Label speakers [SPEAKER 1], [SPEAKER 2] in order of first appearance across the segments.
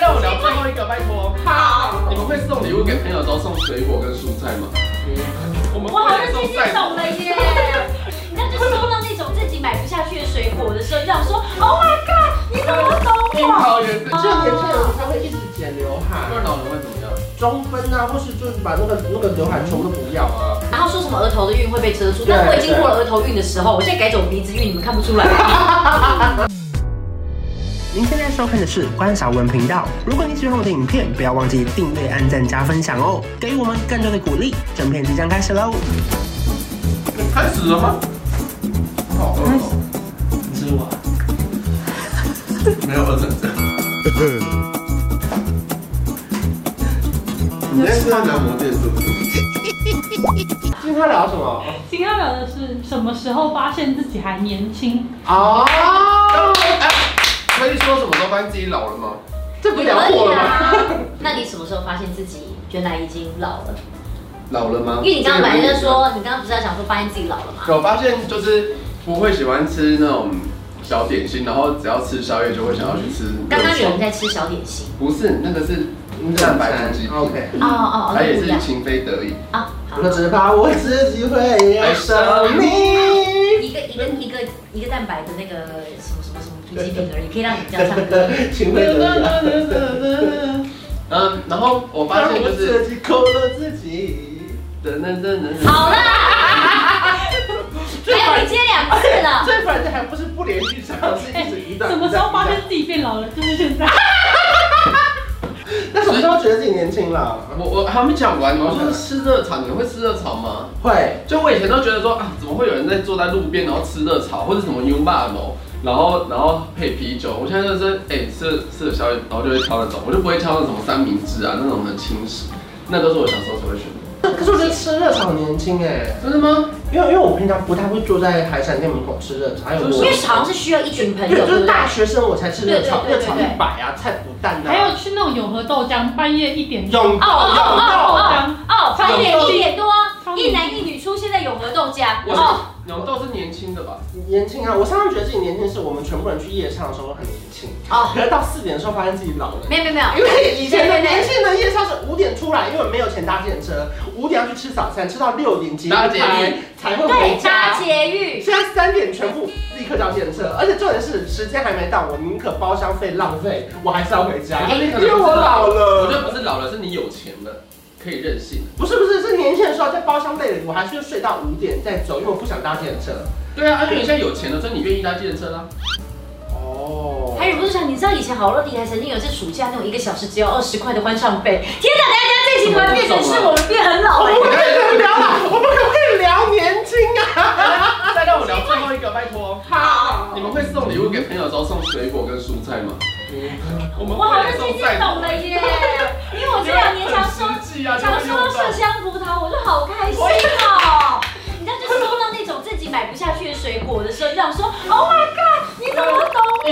[SPEAKER 1] 了，拜托。
[SPEAKER 2] 好，
[SPEAKER 3] 你们会送礼物给朋友都送水果跟蔬菜吗？
[SPEAKER 1] 我们
[SPEAKER 2] 我好像
[SPEAKER 1] 会
[SPEAKER 2] 最
[SPEAKER 1] 送
[SPEAKER 2] 近
[SPEAKER 1] 在
[SPEAKER 2] 懂了耶。你知道，就收到那种自己买不下去的水果的时候，就想说，Oh my god，你怎么懂
[SPEAKER 3] 樱
[SPEAKER 2] 我？
[SPEAKER 3] 桃园子，
[SPEAKER 2] 啊
[SPEAKER 3] 就年轻人他会一直剪刘海，
[SPEAKER 1] 那老人会怎么样？
[SPEAKER 3] 中分啊，或是就是把那个那个刘海全部都不要啊。
[SPEAKER 2] 然后说什么额头的晕会被遮住，
[SPEAKER 3] 对
[SPEAKER 2] 但我已经过了额头晕的时候，我现在改走鼻子晕，你们看不出 来。
[SPEAKER 4] 您现在收看的是关少文频道。如果你喜欢我的影片，不要忘记订阅、按赞、加分享哦，给予我们更多的鼓励。整片即将开始喽！
[SPEAKER 3] 开始了吗？好饿哦，
[SPEAKER 4] 吃我，
[SPEAKER 3] 没有饿着。你在吃他男模店是不是？今天他聊什么？
[SPEAKER 5] 今天要聊的是什么时候发现自己还年轻？
[SPEAKER 3] 哦，哎可以说什么都发现自己老了吗？这不聊过了吗？
[SPEAKER 2] 啊。那你什么时候发现自己原来已经老了？
[SPEAKER 3] 老了吗？
[SPEAKER 2] 因为你刚刚本来就说，你刚刚不是在想说发现自己老了吗？
[SPEAKER 3] 有发现就是不会喜欢吃那种小点心，然后只要吃宵夜就会想要去吃热
[SPEAKER 2] 刚刚有人
[SPEAKER 3] 狗。
[SPEAKER 2] 在吃小点心。
[SPEAKER 3] 不是，那个是蛋白质鸡。
[SPEAKER 1] OK，
[SPEAKER 2] 哦哦哦，
[SPEAKER 3] 它
[SPEAKER 2] 那
[SPEAKER 3] 也
[SPEAKER 2] 不一
[SPEAKER 3] 是
[SPEAKER 2] 样
[SPEAKER 3] 情非得已。
[SPEAKER 2] 啊。好
[SPEAKER 1] 我只怕我自己会爱上你。
[SPEAKER 2] 一个一个一个一个蛋白的那个什么什么什么冰淇淋而已，可以让你这样唱歌。
[SPEAKER 1] 情非得已。
[SPEAKER 3] 嗯，然后我发现就是
[SPEAKER 1] 自己扣了自己。
[SPEAKER 3] 噔噔噔噔噔。
[SPEAKER 2] 好啦， 还有你接两次了。
[SPEAKER 1] 最烦的还不是不连续唱，是一直一段。
[SPEAKER 5] 哎什么时候发现自己变老了？就是现 在。
[SPEAKER 1] 那什么时候觉得自己年轻了？
[SPEAKER 3] 我我还没讲完，我说吃热炒，你们会吃热炒吗？
[SPEAKER 1] 会，
[SPEAKER 3] 就我以前都觉得说啊，怎么会有人在坐在路边然后吃热炒，或者什么 U b a 然后然后配啤酒。我现在就是哎、吃吃了宵夜，然后就会挑那种，我就不会挑那种什么三明治啊那种很轻食，那都是我小时候才会选的。
[SPEAKER 1] 可是我觉得吃热炒很年轻哎，
[SPEAKER 3] 真的吗？
[SPEAKER 1] 因为因为我平常不太会坐在海产店门口吃热炒，还有
[SPEAKER 2] 因
[SPEAKER 1] 我
[SPEAKER 2] 为好像是需要一群朋友，
[SPEAKER 1] 对，就
[SPEAKER 2] 对
[SPEAKER 1] 是
[SPEAKER 2] 不对？
[SPEAKER 1] 大学生我才吃热炒，
[SPEAKER 2] 对
[SPEAKER 1] 热
[SPEAKER 2] 对对
[SPEAKER 1] 炒
[SPEAKER 2] 对
[SPEAKER 1] 一百啊，菜脯蛋
[SPEAKER 5] 还
[SPEAKER 1] 啊，
[SPEAKER 5] 有去那种永和豆浆，半夜一点钟。
[SPEAKER 1] 永豆永豆，
[SPEAKER 2] 哦哦，半夜一点多，一男一女出现在永和豆浆。
[SPEAKER 3] 我
[SPEAKER 2] 哦，
[SPEAKER 3] 是永豆是年轻的吧？
[SPEAKER 1] 年轻啊！我上次觉得自己年轻是我们全部人去夜唱的时候很年轻，
[SPEAKER 2] 哦
[SPEAKER 1] 可是到四点的时候发现自己老了。
[SPEAKER 2] 没有没有啊没有，
[SPEAKER 1] 因为以前的年轻人夜唱是五点出来，因为没有钱搭电车，五点要去吃早餐，吃到六点几
[SPEAKER 3] 搭捷
[SPEAKER 1] 才
[SPEAKER 3] 运
[SPEAKER 1] 才会回
[SPEAKER 2] 对，
[SPEAKER 1] 家
[SPEAKER 2] 搭。捷运。
[SPEAKER 1] 现在三点全部立刻叫电车，而且重点是时间还没到，我宁可包厢费浪费，我还是要回家，
[SPEAKER 3] 哎
[SPEAKER 1] 因为我老
[SPEAKER 3] 我
[SPEAKER 1] 了。
[SPEAKER 3] 觉得不是老了，是你有钱了，可以任性。
[SPEAKER 1] 不是不是，是年轻的时候在包厢累了，我还是睡到五点再走，因为我不想搭电车。
[SPEAKER 3] 对啊，而且你现在有钱了，所以你愿意搭计程车啦。
[SPEAKER 1] 哦，
[SPEAKER 2] 还有不是想，你知道以前好乐迪还曾经有一次暑假那种一个小时只要二十块的欢唱费，天哪！大家这一集突然变成是我
[SPEAKER 3] 啊
[SPEAKER 2] 们变 很老了。哎
[SPEAKER 1] 我们可以聊了，我们可不可以聊年轻啊？
[SPEAKER 3] 哎再让我聊最后一个，拜托。
[SPEAKER 1] 好，
[SPEAKER 3] 你们会送礼物给朋友的时候送水果跟蔬菜吗？我们
[SPEAKER 2] 我好像
[SPEAKER 3] 会
[SPEAKER 2] 最
[SPEAKER 3] 送
[SPEAKER 2] 近
[SPEAKER 3] 菜
[SPEAKER 2] 懂了耶，因为我这两年常 收
[SPEAKER 3] 很实际啊
[SPEAKER 2] 常收麝香葡萄，我就好开心哦。你知道，就收到那种自己买不下去的水果的时候，就想说，Oh my god，你怎么
[SPEAKER 3] 樱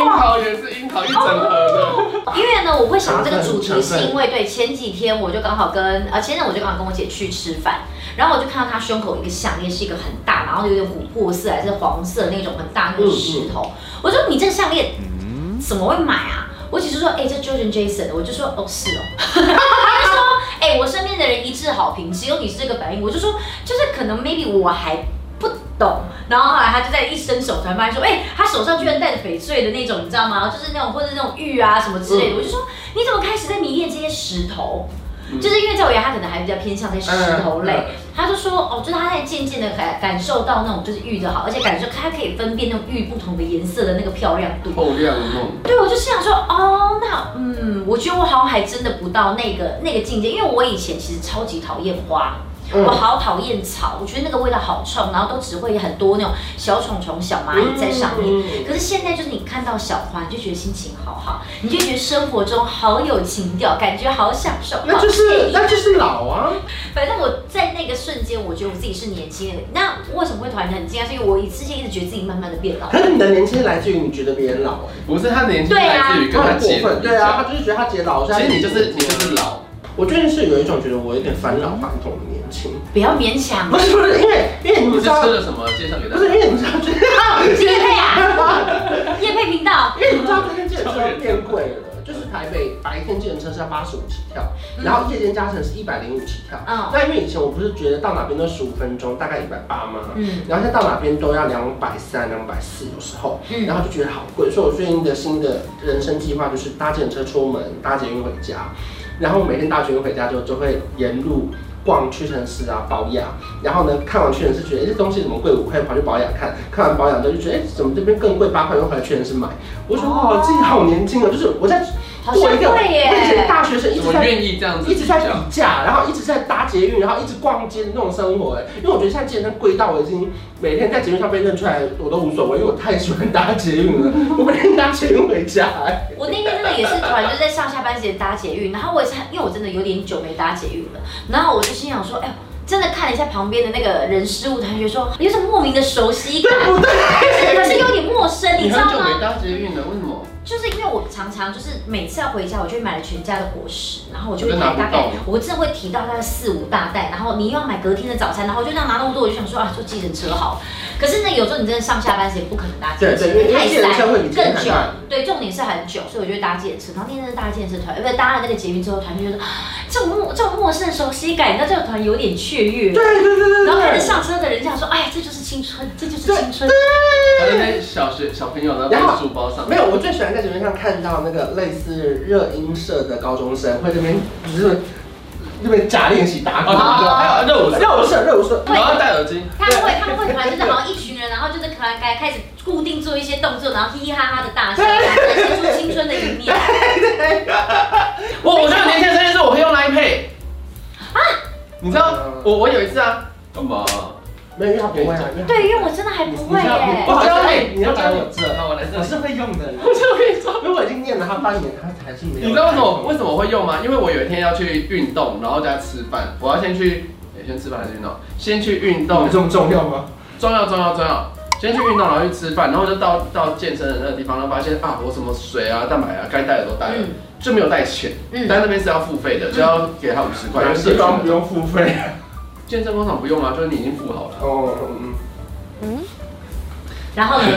[SPEAKER 2] 懂我？
[SPEAKER 3] 桃园是樱桃一整盒
[SPEAKER 2] 因为呢，我会想这个主题，是因为对前几天我就刚好跟呃前阵我就刚好跟我姐去吃饭，然后我就看到她胸口有一个项链是一个很大，然后有点琥珀色还是黄色那种很大那种石头，我说你这个项链怎么会买啊？我姐就说，哎、这 Jordan Jason，我就说，哦是哦，她就说，哎、我身边的人一致好评，只有你是这个反应，我就说，就是可能 maybe 我还不懂。然后后来他就在一伸手，才发现说，哎、他手上居然戴着翡翠的那种，你知道吗？就是那种或者那种玉啊什么之类的。我就说，你怎么开始在迷恋这些石头？
[SPEAKER 3] 嗯
[SPEAKER 2] 就是因为在我眼里，他可能还比较偏向在石头类。
[SPEAKER 3] 嗯
[SPEAKER 2] 他就说，哦，就是他在渐渐的感感受到那种就是玉的好，而且感受他可以分辨那种玉不同的颜色的那个漂亮度
[SPEAKER 3] 的，。透亮梦。
[SPEAKER 2] 对，我就心想说，哦，那嗯，我觉得我好像还真的不到那个那个境界，因为我以前其实超级讨厌花，
[SPEAKER 1] 嗯
[SPEAKER 2] 我好讨厌草，我觉得那个味道好臭，然后都只会很多那种小虫虫、小蚂蚁在上面。
[SPEAKER 1] 面。
[SPEAKER 2] 可是现在就是你看到小花，你就觉得心情好好，你就觉得生活中好有情调，感觉好享受。
[SPEAKER 1] 嗯那就
[SPEAKER 2] 好惬
[SPEAKER 1] 是
[SPEAKER 2] 意
[SPEAKER 1] 那就是老啊，
[SPEAKER 2] 反正我在那个瞬间，我觉得我自己是年轻人。那为什么会突然很惊讶？是因为我之前一直觉得自己慢慢的变老。
[SPEAKER 1] 可是你的年轻来自于你觉得别人老，哎
[SPEAKER 3] 不是他年轻
[SPEAKER 2] 对啊
[SPEAKER 3] 来自于跟
[SPEAKER 1] 他
[SPEAKER 3] 他
[SPEAKER 1] 很过
[SPEAKER 3] 姐
[SPEAKER 1] 分，对啊，他就是觉得他姐老，所
[SPEAKER 3] 其
[SPEAKER 1] 以
[SPEAKER 3] 实你就
[SPEAKER 1] 他
[SPEAKER 3] 是你就是老，
[SPEAKER 1] 我最近是有一种觉得我有点返老还童的年轻，
[SPEAKER 2] 不要勉强
[SPEAKER 1] 不，是不是，因为因为你
[SPEAKER 3] 你
[SPEAKER 1] 们知
[SPEAKER 3] 嗯是吃
[SPEAKER 1] 道，
[SPEAKER 3] 了什么介绍给
[SPEAKER 1] 不
[SPEAKER 3] 他
[SPEAKER 1] 是？因为你知道最近，
[SPEAKER 2] 叶佩啊，叶佩频道。
[SPEAKER 1] 因为你知道最近健身变贵了，就是台北白天计程车是要八十五起跳，然后夜间加成是一百零五起跳。
[SPEAKER 2] 嗯
[SPEAKER 1] 那因为以前我不是觉得到哪边都十五分钟，大概一百八吗？
[SPEAKER 2] 嗯
[SPEAKER 1] 然后现在到哪边都要两百三、两百四，有时候，
[SPEAKER 2] 嗯
[SPEAKER 1] 然后就觉得好贵，所以我最近的新的人生计划就是搭电车出门，搭捷运回家，然后每天搭捷运回家就就会沿路逛屈臣氏啊、保养，然后呢看完屈臣氏觉得哎这东西怎么贵五块，跑去保养看，看完保养之后就觉得哎怎么这边更贵八块，又回来屈臣氏买，我就说哇自己好年轻哦，就是我在
[SPEAKER 2] 好
[SPEAKER 1] 做
[SPEAKER 2] 像
[SPEAKER 1] 一个我
[SPEAKER 2] 会耶
[SPEAKER 1] 以前大学生一直
[SPEAKER 3] 我
[SPEAKER 1] 在
[SPEAKER 3] 愿意这样子
[SPEAKER 1] 一直在
[SPEAKER 3] 比
[SPEAKER 1] 比
[SPEAKER 3] 较
[SPEAKER 1] 价，然后一直在搭捷运，然后一直逛街的那种生活、哎，因为我觉得现在健身贵到我已经每天在捷运上被认出来，我都无所谓，因为我太喜欢搭捷运了，我每天搭捷运回家、哎
[SPEAKER 2] 我那天真的也是突然就在上下班时间搭捷运，然后我也是因为我真的有点久没搭捷运了，然后我就心想说，哎呦，真的看了一下旁边的那个人事物，他就说有种莫名的熟悉感，
[SPEAKER 1] 对不对？
[SPEAKER 2] 可是有点陌生，你
[SPEAKER 3] 你
[SPEAKER 2] 知道
[SPEAKER 3] 很久没
[SPEAKER 2] 吗？
[SPEAKER 3] 搭捷运了，为什么？
[SPEAKER 2] 就是因为我常常就是每次要回家，我就会买了全家的伙食，然后我就会
[SPEAKER 3] 真的拿
[SPEAKER 2] 买
[SPEAKER 3] 不
[SPEAKER 2] 大概
[SPEAKER 3] 到，
[SPEAKER 2] 我真的会提到大概四五大袋，然后你又要买隔天的早餐，然后就这样拿那么多，我就想说啊，坐计程车好了。可是呢，有时候你真的上下班时间不可能搭计程车，
[SPEAKER 1] 对对因为因为
[SPEAKER 2] 太
[SPEAKER 1] 计程车会比捷运
[SPEAKER 2] 更
[SPEAKER 1] 还
[SPEAKER 2] 久
[SPEAKER 1] 慢。
[SPEAKER 2] 对，重点是很久，所以我就会搭计程车。然后那天真的搭计程车团，呃，不搭了那个捷运之后，团就觉得啊这种陌这种陌生的熟悉感，你知道这个团有点雀跃。
[SPEAKER 1] 对对对对对。
[SPEAKER 2] 然后看着上车的人想说，哎，这就是青春，这就是青春。
[SPEAKER 3] 他在那小学小朋友的背
[SPEAKER 1] 然后
[SPEAKER 3] 书包上，
[SPEAKER 1] 没有，我最喜欢在节目上看到那个类似热音社的高中生会这边就是那边假练习打鼓，
[SPEAKER 3] 哦还有热舞社
[SPEAKER 1] 热舞社，热舞社，
[SPEAKER 3] 然后戴耳机，
[SPEAKER 2] 他们会，他们会突然就是好像一群人，然后就是突然开开始固定做一些动作，然后嘻嘻哈哈的大笑，展现出青春的 一面。
[SPEAKER 3] 我我像年轻人这件事，我会用 Line Pay
[SPEAKER 2] 啊
[SPEAKER 3] 你知道我我有一次啊，干嘛？
[SPEAKER 1] 没有，因为他不会啊，因为他
[SPEAKER 2] 对，因为我真的还不会耶
[SPEAKER 1] 我。好像哎，你
[SPEAKER 3] 你
[SPEAKER 1] 要
[SPEAKER 3] 要
[SPEAKER 1] 来
[SPEAKER 3] 来
[SPEAKER 1] 我
[SPEAKER 3] 我
[SPEAKER 1] 这，
[SPEAKER 3] 好，我来这
[SPEAKER 1] 我。是会用的。
[SPEAKER 3] 我就跟你说，
[SPEAKER 1] 因为我已经念了他半年，他还是没有。
[SPEAKER 3] 你知道为什么为什么我会用吗？因为我有一天要去运动，然后在家吃饭，我要先去，诶先吃饭还是运动？先去运动，
[SPEAKER 1] 这么重要吗？
[SPEAKER 3] 重要重要重要。先去运动，然后去吃饭，然后就到到健身的那个地方，然后发现啊，我什么水啊、蛋白啊，该带的都带了，
[SPEAKER 2] 嗯
[SPEAKER 3] 就没有带钱。
[SPEAKER 2] 嗯，
[SPEAKER 3] 但那边是要付费的，就要给他五十块。
[SPEAKER 1] 有
[SPEAKER 3] 因为
[SPEAKER 1] 些
[SPEAKER 3] 社
[SPEAKER 1] 方不
[SPEAKER 3] 区的
[SPEAKER 1] 用付费。
[SPEAKER 3] 健身工厂不用啊，就是你已经付好了。
[SPEAKER 1] 哦，嗯，
[SPEAKER 2] 然后呢？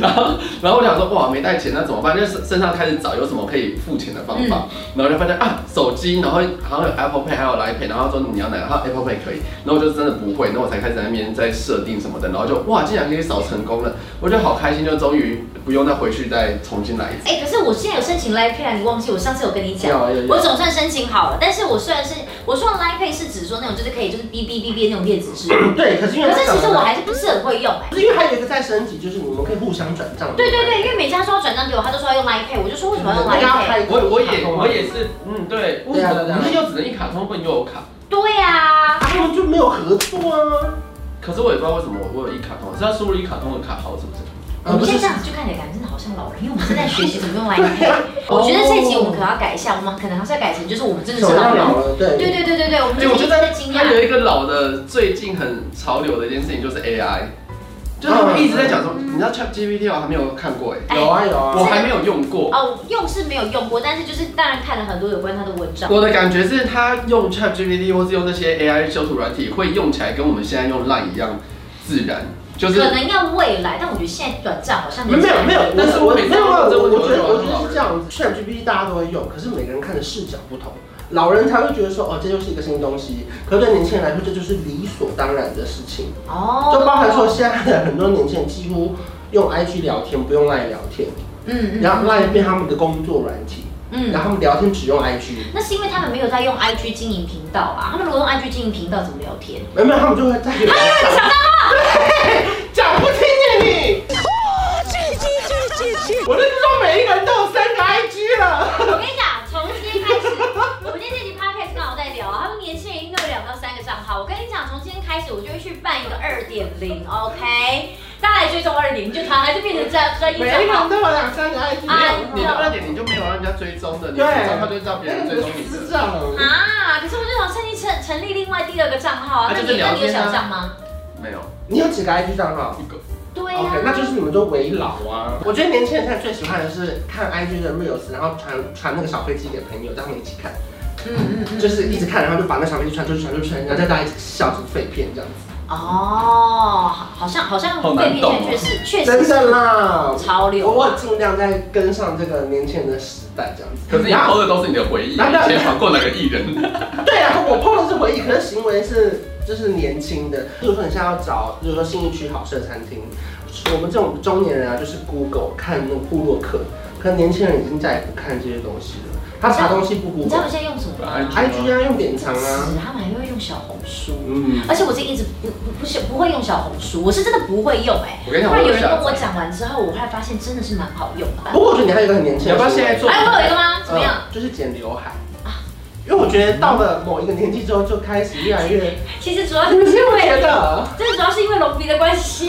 [SPEAKER 3] 然后，然后我想说，哇，没带钱，那怎么办？就是身上开始找有什么可以付钱的方法，然后就发现啊，手机，然后好像有 Apple Pay，还有 Line Pay，然后说你要哪个，然后 Apple Pay 可以，然后我就真的不会，然后我才开始在那边在设定什么的，然后就哇，竟然可以扫成功了，我觉得好开心，就终于不用再回去再重新来一次。
[SPEAKER 2] 哎，可是我现在有申请 Line Pay，啊你忘记我上次有跟你讲。
[SPEAKER 1] 有有
[SPEAKER 2] 我总算申请好了，但是我虽然是我说的 Line Pay 是指说那种就是可以就是哔哔哔哔的那种电子支付，
[SPEAKER 1] 对，可是因为
[SPEAKER 2] 可是其实我还是不是很会用哎。
[SPEAKER 1] 不是因为还有一个在升级，就是你们可以互相转账。
[SPEAKER 2] 对对对，因为每家说要转账给我，他都说要用 Line Pay，我就说为什么要用
[SPEAKER 1] 那
[SPEAKER 2] Line
[SPEAKER 1] 个要
[SPEAKER 2] Pay？
[SPEAKER 1] 开，
[SPEAKER 3] 我我也我也是，嗯，对，我
[SPEAKER 1] 对啊对啊
[SPEAKER 3] 可是又只能一卡通，不能又有卡，
[SPEAKER 2] 对啊呀，
[SPEAKER 1] 他们就没有合作啊。
[SPEAKER 3] 可是我也不知道为什么我我有一卡通，是要输入一卡通的卡号是不是？
[SPEAKER 1] 哦
[SPEAKER 2] 我们现在这样子就看起来感觉真的好像老人，因为我们正在学习怎 么用 Line Pay。我
[SPEAKER 1] 哦
[SPEAKER 2] 觉得这一集我们可能要改一下，我们可能还是要改成就是我们真的
[SPEAKER 1] 手
[SPEAKER 2] 是
[SPEAKER 1] 要
[SPEAKER 2] 老人。
[SPEAKER 1] 老了，对
[SPEAKER 2] 对对对对对，我们
[SPEAKER 3] 哎、
[SPEAKER 2] 就
[SPEAKER 3] 我觉
[SPEAKER 2] 是一直在
[SPEAKER 3] 得
[SPEAKER 2] 惊
[SPEAKER 3] 还有一
[SPEAKER 2] 讶。
[SPEAKER 3] 个老的最近很潮流的一件事情就是 AI，就是他们一直在讲说，你知道 ChatGPT 我还没有看过哎、
[SPEAKER 1] 有啊有
[SPEAKER 3] 我
[SPEAKER 1] 啊。
[SPEAKER 3] 还没有用过。
[SPEAKER 2] 哦，用是没有用过，但是就是当然看了很多有关它的文章。
[SPEAKER 3] 我的感觉是，他用 ChatGPT 或是用那些 AI 修图软体，会用起来跟我们现在用 Line 一样自然，就是
[SPEAKER 2] 可能要未来，但我觉得现在转账好像
[SPEAKER 1] 没有没有，没有啊我我觉得我觉得是这样子，ChatGPT 大家都会用，可是每个人看的视角不同，老人才会觉得说哦这就是一个新东西，可是对年轻人来说这就是理所当然的事情。
[SPEAKER 2] 哦
[SPEAKER 1] 就包含说，现在的很多年轻人几乎用 IG 聊天，不用 LINE 聊天，
[SPEAKER 2] 嗯
[SPEAKER 1] 然后 LINE 变他们的工作软体，
[SPEAKER 2] 嗯
[SPEAKER 1] 然后他们聊天只用 IG，
[SPEAKER 2] 那是因为他们没有在用 IG 经营频道啊，他们如果用 IG 经营频道怎么聊天？
[SPEAKER 1] 没有没有，他们就会在
[SPEAKER 2] 啊
[SPEAKER 1] 聊。对，讲不听见你。我就说每一个人都有三个 IG 了，
[SPEAKER 2] 我跟你讲，从今天开始，我们今天这集 podcast 刚好在聊啊，他们年轻人一定都有两到三个账号。我跟你讲，从今天开始，我就会去办一个二点零，OK？大家来追踪二点零，就他还是变成专专一
[SPEAKER 1] 每一个
[SPEAKER 2] 账
[SPEAKER 1] 人
[SPEAKER 2] 号。
[SPEAKER 1] 都有两三个 IG。
[SPEAKER 2] 哎
[SPEAKER 3] 你到那点你就没有让人家追踪的，你
[SPEAKER 1] 对
[SPEAKER 3] 知道他就会知道别人
[SPEAKER 1] 那个
[SPEAKER 3] 追踪你
[SPEAKER 1] 智
[SPEAKER 3] 的。
[SPEAKER 1] 障。
[SPEAKER 2] 啊！可是我就想趁机成成立另外第二个账号啊，
[SPEAKER 3] 啊
[SPEAKER 2] 那
[SPEAKER 3] 就是
[SPEAKER 2] 你
[SPEAKER 3] 聊
[SPEAKER 2] 那你有
[SPEAKER 3] 天啊
[SPEAKER 2] 小账吗？
[SPEAKER 3] 没有
[SPEAKER 1] 你有几个 IG 账号？
[SPEAKER 3] 一个，
[SPEAKER 2] 对呀
[SPEAKER 1] OK，那就是你们都围老啊！我觉得年轻人现在最喜欢的是看 IG 的 reels，然后传传那个小飞机给朋友，让他们一起看，
[SPEAKER 2] 嗯嗯嗯，
[SPEAKER 1] 就是一直看，然后就把那小飞机传出去、传出去，然后再大家一起笑成废片这样子。
[SPEAKER 2] 哦，好好像好像
[SPEAKER 3] 好
[SPEAKER 2] 贵
[SPEAKER 3] 难
[SPEAKER 2] 宾
[SPEAKER 3] 懂
[SPEAKER 2] 券
[SPEAKER 3] 哦
[SPEAKER 2] 确实确实
[SPEAKER 1] 真的
[SPEAKER 2] 是
[SPEAKER 1] 啦，
[SPEAKER 2] 潮流
[SPEAKER 1] 我
[SPEAKER 2] 啊，
[SPEAKER 1] 我尽量在跟上这个年轻人的时代这样子。
[SPEAKER 3] 可是你
[SPEAKER 1] 然后
[SPEAKER 3] 抛的都是你的回忆，以
[SPEAKER 1] 然后
[SPEAKER 3] 前访过哪个艺人？
[SPEAKER 1] 对啊，我碰的是回忆，可是行为是就是年轻的。比如说你现在要找，比如说信义区好吃的餐厅，我们这种中年人啊，就是 Google 看那个部落客，可年轻人已经再也不看这些东西了。他查东西不
[SPEAKER 2] 你知道
[SPEAKER 1] Google，IG
[SPEAKER 2] 我现在用什么吗？
[SPEAKER 3] IG
[SPEAKER 1] 啊用典藏啊，
[SPEAKER 2] 是他们还会用小红书。
[SPEAKER 1] 嗯，
[SPEAKER 2] 而且我是一直不不不是不会用小红书，我是真的不会用哎、
[SPEAKER 3] 我跟你
[SPEAKER 2] 欸。
[SPEAKER 3] 讲
[SPEAKER 2] 后来有人
[SPEAKER 3] 我有下载
[SPEAKER 2] 跟我讲完之后，我后来发现真的是蛮好用的。
[SPEAKER 1] 不过我觉得你还有一个很年轻
[SPEAKER 3] 你
[SPEAKER 1] 的
[SPEAKER 3] 要不
[SPEAKER 1] 行
[SPEAKER 3] 要
[SPEAKER 1] 为，
[SPEAKER 3] 现在做？
[SPEAKER 2] 哎，我有一个吗？怎么样？啊
[SPEAKER 1] 嗯就是剪刘海因为我觉得到了某一个年纪之后，就开始越来越，
[SPEAKER 2] 其实主要
[SPEAKER 1] 你
[SPEAKER 2] 是
[SPEAKER 1] 们是
[SPEAKER 2] 因
[SPEAKER 1] 不是觉
[SPEAKER 2] 为，
[SPEAKER 1] 得
[SPEAKER 2] 这主要是因为隆鼻的关系。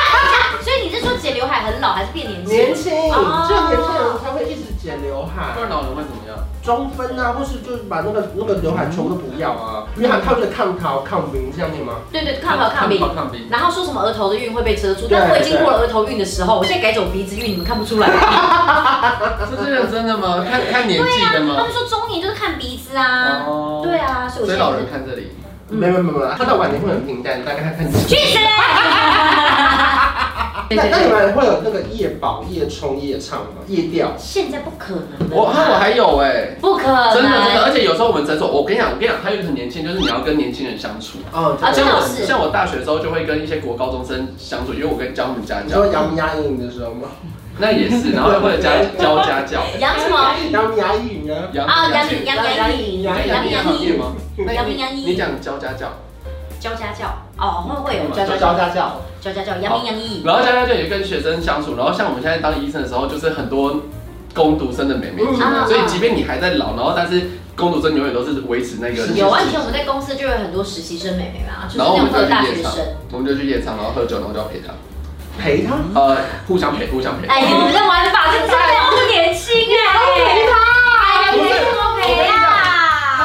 [SPEAKER 2] 所以你是说剪刘海很老，还是变年轻？
[SPEAKER 1] 年轻，就
[SPEAKER 2] 哦
[SPEAKER 1] 年轻人他会一直剪刘海
[SPEAKER 3] 不。然老人会怎么样？
[SPEAKER 1] 中分啊，或是就是把那个那个刘海全部都不要啊，因
[SPEAKER 2] 嗯
[SPEAKER 1] 为他他觉得抗桃抗明这样念吗？
[SPEAKER 2] 对对，抗老
[SPEAKER 3] 看
[SPEAKER 2] 抗鼻
[SPEAKER 3] 不。好看病。
[SPEAKER 2] 然后说什么额头的晕会被遮住，
[SPEAKER 1] 对
[SPEAKER 2] 但我已经过了额头晕的时候，我现在改走鼻子晕，你们看不出来。
[SPEAKER 3] 这是认真的吗？看看年纪的
[SPEAKER 2] 他
[SPEAKER 3] 吗
[SPEAKER 2] 们？说中年就是看鼻子啊，
[SPEAKER 3] 哦
[SPEAKER 2] 对。啊，所以
[SPEAKER 3] 所
[SPEAKER 2] 我
[SPEAKER 3] 以
[SPEAKER 2] 现
[SPEAKER 3] 老人
[SPEAKER 2] 在
[SPEAKER 3] 看这里，
[SPEAKER 2] 嗯
[SPEAKER 1] 没有没有没有没有，他到晚年会很平淡，大概看看你。
[SPEAKER 2] 去 死！
[SPEAKER 1] 那
[SPEAKER 2] 对对
[SPEAKER 1] 那你
[SPEAKER 2] 对，
[SPEAKER 1] 们会有那个夜保、夜冲、夜唱吗？夜调？
[SPEAKER 2] 现在不可能了，
[SPEAKER 3] 我啊我还有哎，
[SPEAKER 2] 不可能，
[SPEAKER 3] 真的真的，而且有时候我们诊所，我跟你讲，我跟你讲，还有一个很年轻，就是你要跟年轻人相处。
[SPEAKER 1] 哦，
[SPEAKER 2] 啊
[SPEAKER 1] 这
[SPEAKER 2] 真
[SPEAKER 3] 像
[SPEAKER 2] 的
[SPEAKER 1] 样。
[SPEAKER 3] 我
[SPEAKER 2] 是
[SPEAKER 3] 像我大学的时候就会跟一些国高中生相处，因为我跟教他们家
[SPEAKER 1] 你
[SPEAKER 3] 教
[SPEAKER 1] 说，牙米牙龈的时候吗？
[SPEAKER 3] 那也 是，然后或者家教家教。
[SPEAKER 2] 养什么？
[SPEAKER 1] 牙米牙龈啊，
[SPEAKER 3] 杨
[SPEAKER 2] 啊，
[SPEAKER 3] 杨
[SPEAKER 2] 杨明杨
[SPEAKER 1] 杨
[SPEAKER 2] 杨
[SPEAKER 1] 明
[SPEAKER 2] 明
[SPEAKER 1] 杨
[SPEAKER 2] 杨
[SPEAKER 1] 明
[SPEAKER 3] 杨
[SPEAKER 2] 明杨
[SPEAKER 3] 明
[SPEAKER 2] 明
[SPEAKER 3] 吗？那
[SPEAKER 2] 杨
[SPEAKER 3] 你
[SPEAKER 2] 明杨
[SPEAKER 3] 你
[SPEAKER 2] 明
[SPEAKER 3] 讲教家教，
[SPEAKER 2] 教家教哦，会会有教
[SPEAKER 1] 教
[SPEAKER 2] 家
[SPEAKER 1] 教
[SPEAKER 2] 教
[SPEAKER 1] 家教，
[SPEAKER 2] 教家教杨明杨毅，
[SPEAKER 3] 然后家家教也跟学生相处，然后像我们现在当医生的时候，就是很多攻读生的美眉进来，
[SPEAKER 2] 嗯
[SPEAKER 3] 所以即便你还在老，然后但是攻读生永远都是维持那个。
[SPEAKER 2] 有啊，以前我们在公司就有很多实习生妹妹嘛，就是
[SPEAKER 3] 然后
[SPEAKER 2] 那
[SPEAKER 3] 我
[SPEAKER 2] 种
[SPEAKER 3] 们就
[SPEAKER 2] 的大
[SPEAKER 3] 去
[SPEAKER 2] 学
[SPEAKER 3] 夜场
[SPEAKER 2] 生。，
[SPEAKER 3] 我们就去夜场，然后喝酒，然后就要陪他，
[SPEAKER 1] 陪他。
[SPEAKER 3] 呃，互相陪，互相陪。
[SPEAKER 2] 哎呀，你们的玩法真的
[SPEAKER 3] 哦
[SPEAKER 2] 不年轻哎！哎呀，你怎么赔
[SPEAKER 3] 他
[SPEAKER 2] 啊？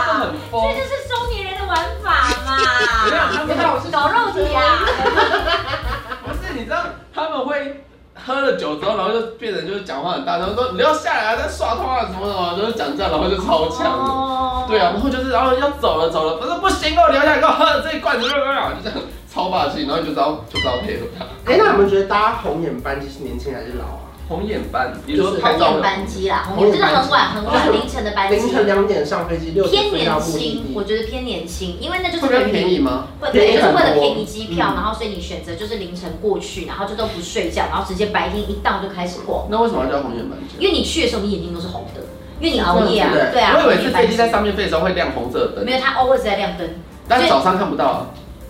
[SPEAKER 3] 们很疯
[SPEAKER 2] 这，就是中年人的玩法
[SPEAKER 3] 没 有，他
[SPEAKER 2] 嘛，
[SPEAKER 3] 们好
[SPEAKER 2] 搞肉体啊！
[SPEAKER 3] 不是，你知道他们会喝了酒之后，然后就变成就是讲话很大声，说你要下来啊，在耍通啊什么什么，就是讲这样，然后就超强的。
[SPEAKER 2] 哦
[SPEAKER 3] 对啊，然后就是然后要走了走了，不是不行，给我留下来，给我喝这一罐子，就这样超霸气，然后就知道就知道配合他。
[SPEAKER 1] 哎，那你们觉得大家红眼班机是年轻还是老啊？
[SPEAKER 3] 红眼班，你
[SPEAKER 1] 就是
[SPEAKER 3] 说
[SPEAKER 2] 红
[SPEAKER 3] 拍照
[SPEAKER 2] 眼
[SPEAKER 3] 的，
[SPEAKER 2] 班机啦，红眼真的很晚很晚凌晨的班
[SPEAKER 1] 凌
[SPEAKER 2] 机，
[SPEAKER 1] 晨两点上飞机，六点飞
[SPEAKER 2] 偏
[SPEAKER 1] 到
[SPEAKER 2] 年
[SPEAKER 1] 目的
[SPEAKER 2] 轻，我
[SPEAKER 1] 地。
[SPEAKER 2] 觉得偏年轻，因为那就是
[SPEAKER 3] 会比较便宜吗？
[SPEAKER 2] 会对，就是为了便宜机
[SPEAKER 1] 嗯
[SPEAKER 2] 票，然后所以你选择就是凌晨过去，然后就都不睡觉，然后直接白天一到就开始逛，
[SPEAKER 3] 那为什么要叫红眼班？
[SPEAKER 2] 因为你去的时候你眼睛都是红的，因为你熬夜啊
[SPEAKER 1] 这样子，
[SPEAKER 2] 对啊，
[SPEAKER 3] 我以为是飞机在上面飞的时候会亮红色的
[SPEAKER 2] 没
[SPEAKER 3] 灯，
[SPEAKER 2] 有它 always 在亮灯，
[SPEAKER 3] 但早上看不到啊。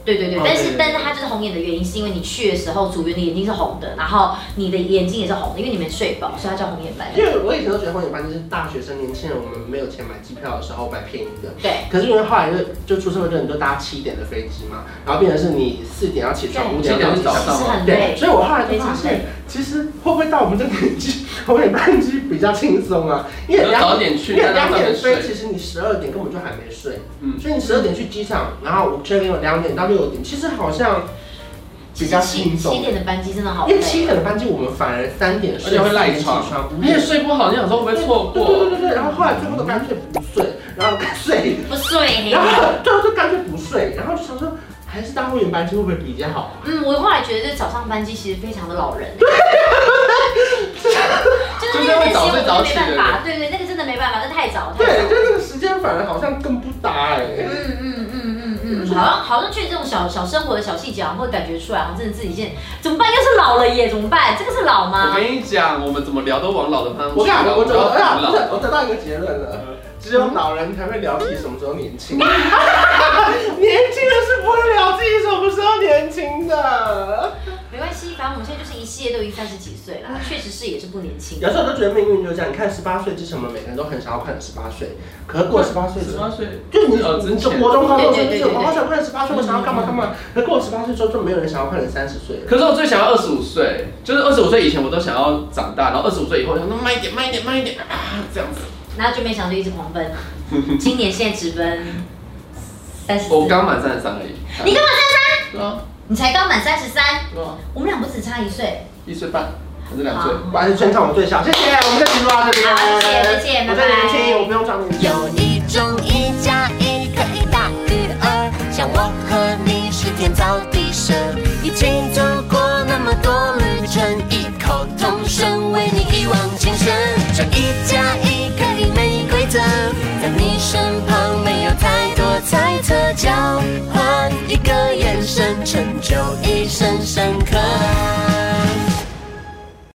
[SPEAKER 2] 对对对
[SPEAKER 1] 哦，
[SPEAKER 2] 但
[SPEAKER 1] 对
[SPEAKER 2] 是
[SPEAKER 1] 对
[SPEAKER 2] 但是它就是红眼的原因是因为你去的时候组员的眼睛是红的，然后你的眼睛也是红的，因为你没睡饱，所以它叫红眼班。
[SPEAKER 1] 因为我以前都觉得红眼班就是大学生、年轻人，我们没有钱买机票的时候买便宜的，
[SPEAKER 2] 对，
[SPEAKER 1] 可是因为后来就就出社会之后，你就搭七点的飞机嘛，然后变成是你四点要起床，
[SPEAKER 2] 对
[SPEAKER 1] 五点要
[SPEAKER 3] 七点
[SPEAKER 1] 早
[SPEAKER 3] 早
[SPEAKER 2] 其
[SPEAKER 1] 上。哦
[SPEAKER 3] 上
[SPEAKER 2] 实很
[SPEAKER 1] 对，
[SPEAKER 2] 累，
[SPEAKER 1] 所以我后来就发
[SPEAKER 2] 非常累
[SPEAKER 1] 现，其实会不会到我们这个年纪，红眼班机比较轻松啊？因为
[SPEAKER 3] 就
[SPEAKER 1] 两
[SPEAKER 3] 早点去，
[SPEAKER 1] 因为
[SPEAKER 3] 但
[SPEAKER 1] 两
[SPEAKER 3] 早
[SPEAKER 1] 点
[SPEAKER 3] 点
[SPEAKER 1] 飞，
[SPEAKER 3] 睡。
[SPEAKER 1] 其实你十二点根本就还没睡，
[SPEAKER 3] 嗯
[SPEAKER 1] 所以你十二点去机场，然后我确定有两点到六点，其实好像
[SPEAKER 2] 其
[SPEAKER 1] 比
[SPEAKER 2] 实
[SPEAKER 1] 较
[SPEAKER 2] 七
[SPEAKER 1] 轻
[SPEAKER 2] 七
[SPEAKER 1] 松。
[SPEAKER 2] 点的班机真的好
[SPEAKER 1] 因
[SPEAKER 2] 累
[SPEAKER 1] 为。七点的班机，我们反而三点
[SPEAKER 3] 啊而
[SPEAKER 1] 睡，
[SPEAKER 3] 且
[SPEAKER 1] 四
[SPEAKER 3] 会
[SPEAKER 1] 点
[SPEAKER 3] 赖
[SPEAKER 1] 起
[SPEAKER 3] 床
[SPEAKER 1] 床，五
[SPEAKER 3] 而且
[SPEAKER 1] 点
[SPEAKER 3] 睡不好，你想说会不会错
[SPEAKER 1] 对对
[SPEAKER 3] 过？
[SPEAKER 1] 对对对，然后后来最后都干脆不睡，然后干睡，
[SPEAKER 2] 不睡
[SPEAKER 1] 然
[SPEAKER 2] 呢。
[SPEAKER 1] 后最后就干脆不睡，然后就想说还是当会员班机会不会比较 好？
[SPEAKER 2] 嗯，我后来觉得这早上班机其实非常的老人， 就是那个时间我真的没办法，对对，那个真的没办法，那太早太
[SPEAKER 1] 对，
[SPEAKER 2] 早。
[SPEAKER 1] 就那个时间反而好像更不搭哎、
[SPEAKER 2] 嗯嗯嗯嗯嗯，好像好像确实这种小小生活的小细节，然后会感觉出来，好像真的自己现怎么办？又是老了耶，怎么办？这个是老
[SPEAKER 3] 我
[SPEAKER 2] 吗？
[SPEAKER 3] 跟你讲，我们怎么聊都往老的方向去。
[SPEAKER 1] 我跟你讲，我得
[SPEAKER 3] 不要
[SPEAKER 1] 到，哎
[SPEAKER 3] 往
[SPEAKER 1] 呀
[SPEAKER 3] 老
[SPEAKER 1] 不是，我得到一个结论了，只有老人才会聊自己什么时候年 轻，年轻人是不会聊自己什么时候年轻的。
[SPEAKER 2] 没关系，反正我们现在就是一系列都已经三十几岁了， 确实是也是不年轻。
[SPEAKER 1] 有时候我都觉得命运就是这样，你看十八岁之前，我们每个人都很想要快点十八岁，可是过十八岁之
[SPEAKER 3] 十
[SPEAKER 1] 后。
[SPEAKER 3] 八岁，
[SPEAKER 1] 就你
[SPEAKER 3] 呃，
[SPEAKER 1] 你
[SPEAKER 3] 之
[SPEAKER 1] 就
[SPEAKER 3] 前。
[SPEAKER 1] 国中高中生，
[SPEAKER 2] 对对对
[SPEAKER 1] 就
[SPEAKER 2] 对对嗯
[SPEAKER 1] 我好想快点十八岁，我想要干嘛干嘛。可过了十八岁之后，就没有人想要快点三十岁了。
[SPEAKER 3] 可是我最想要二十五岁，就是二十五岁以前我都想要长大，然后二十五岁以后想说慢一点，慢一点，慢一点啊，这样子。
[SPEAKER 2] 然后就没想到就一直狂奔，今年现在直奔三十四，
[SPEAKER 3] 我刚满三十三而已。
[SPEAKER 2] 你
[SPEAKER 3] 刚满三十三？对啊，
[SPEAKER 2] 你才刚满三十三，
[SPEAKER 3] 对啊，
[SPEAKER 2] 我们俩不只差一岁。
[SPEAKER 3] 一岁半还是两岁？
[SPEAKER 2] 好
[SPEAKER 1] 我还是全场我最小，谢谢，我们这集就到这边。
[SPEAKER 2] 好谢谢谢谢
[SPEAKER 1] 我
[SPEAKER 2] 拜拜
[SPEAKER 1] 最年轻，我不用装年轻。
[SPEAKER 6] 有一种一加一可以大于二，像我和你是天造地交换一个眼神，成就一生深刻。